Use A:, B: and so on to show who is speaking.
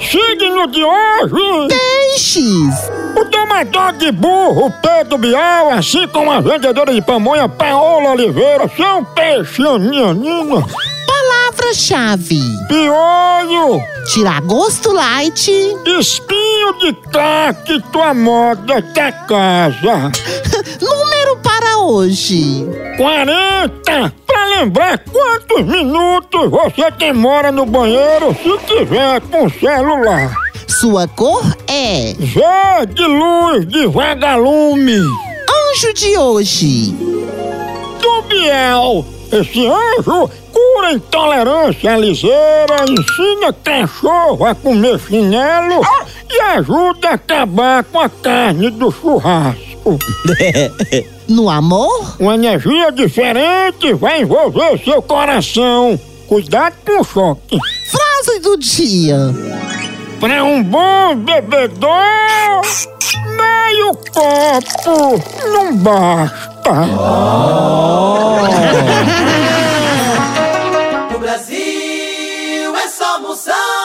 A: Signo de hoje,
B: Peixes!
A: o domador de burro Pedro Bial, assim como a vendedora de pamonha Paola Oliveira, são peixianina,
B: Palavra-chave:
A: piolho,
B: tirar gosto light.
A: espinho de cacto, a moda da casa.
B: Número para hoje:
A: 40! Pra lembrar quantos minutos você demora no banheiro se tiver com celular.
B: sua cor é
A: Verde luz de vagalume.
B: anjo de hoje.
A: Do Biel, esse anjo cura intolerância à liseira, ensina cachorro a comer chinelo e ajuda a acabar com a carne do churrasco.
B: No amor,
A: Uma energia diferente vai envolver seu coração. Cuidado com o choque.
B: frase do dia.
A: Pra um bom bebedor, meio copo não basta.
C: No Brasil é só moção.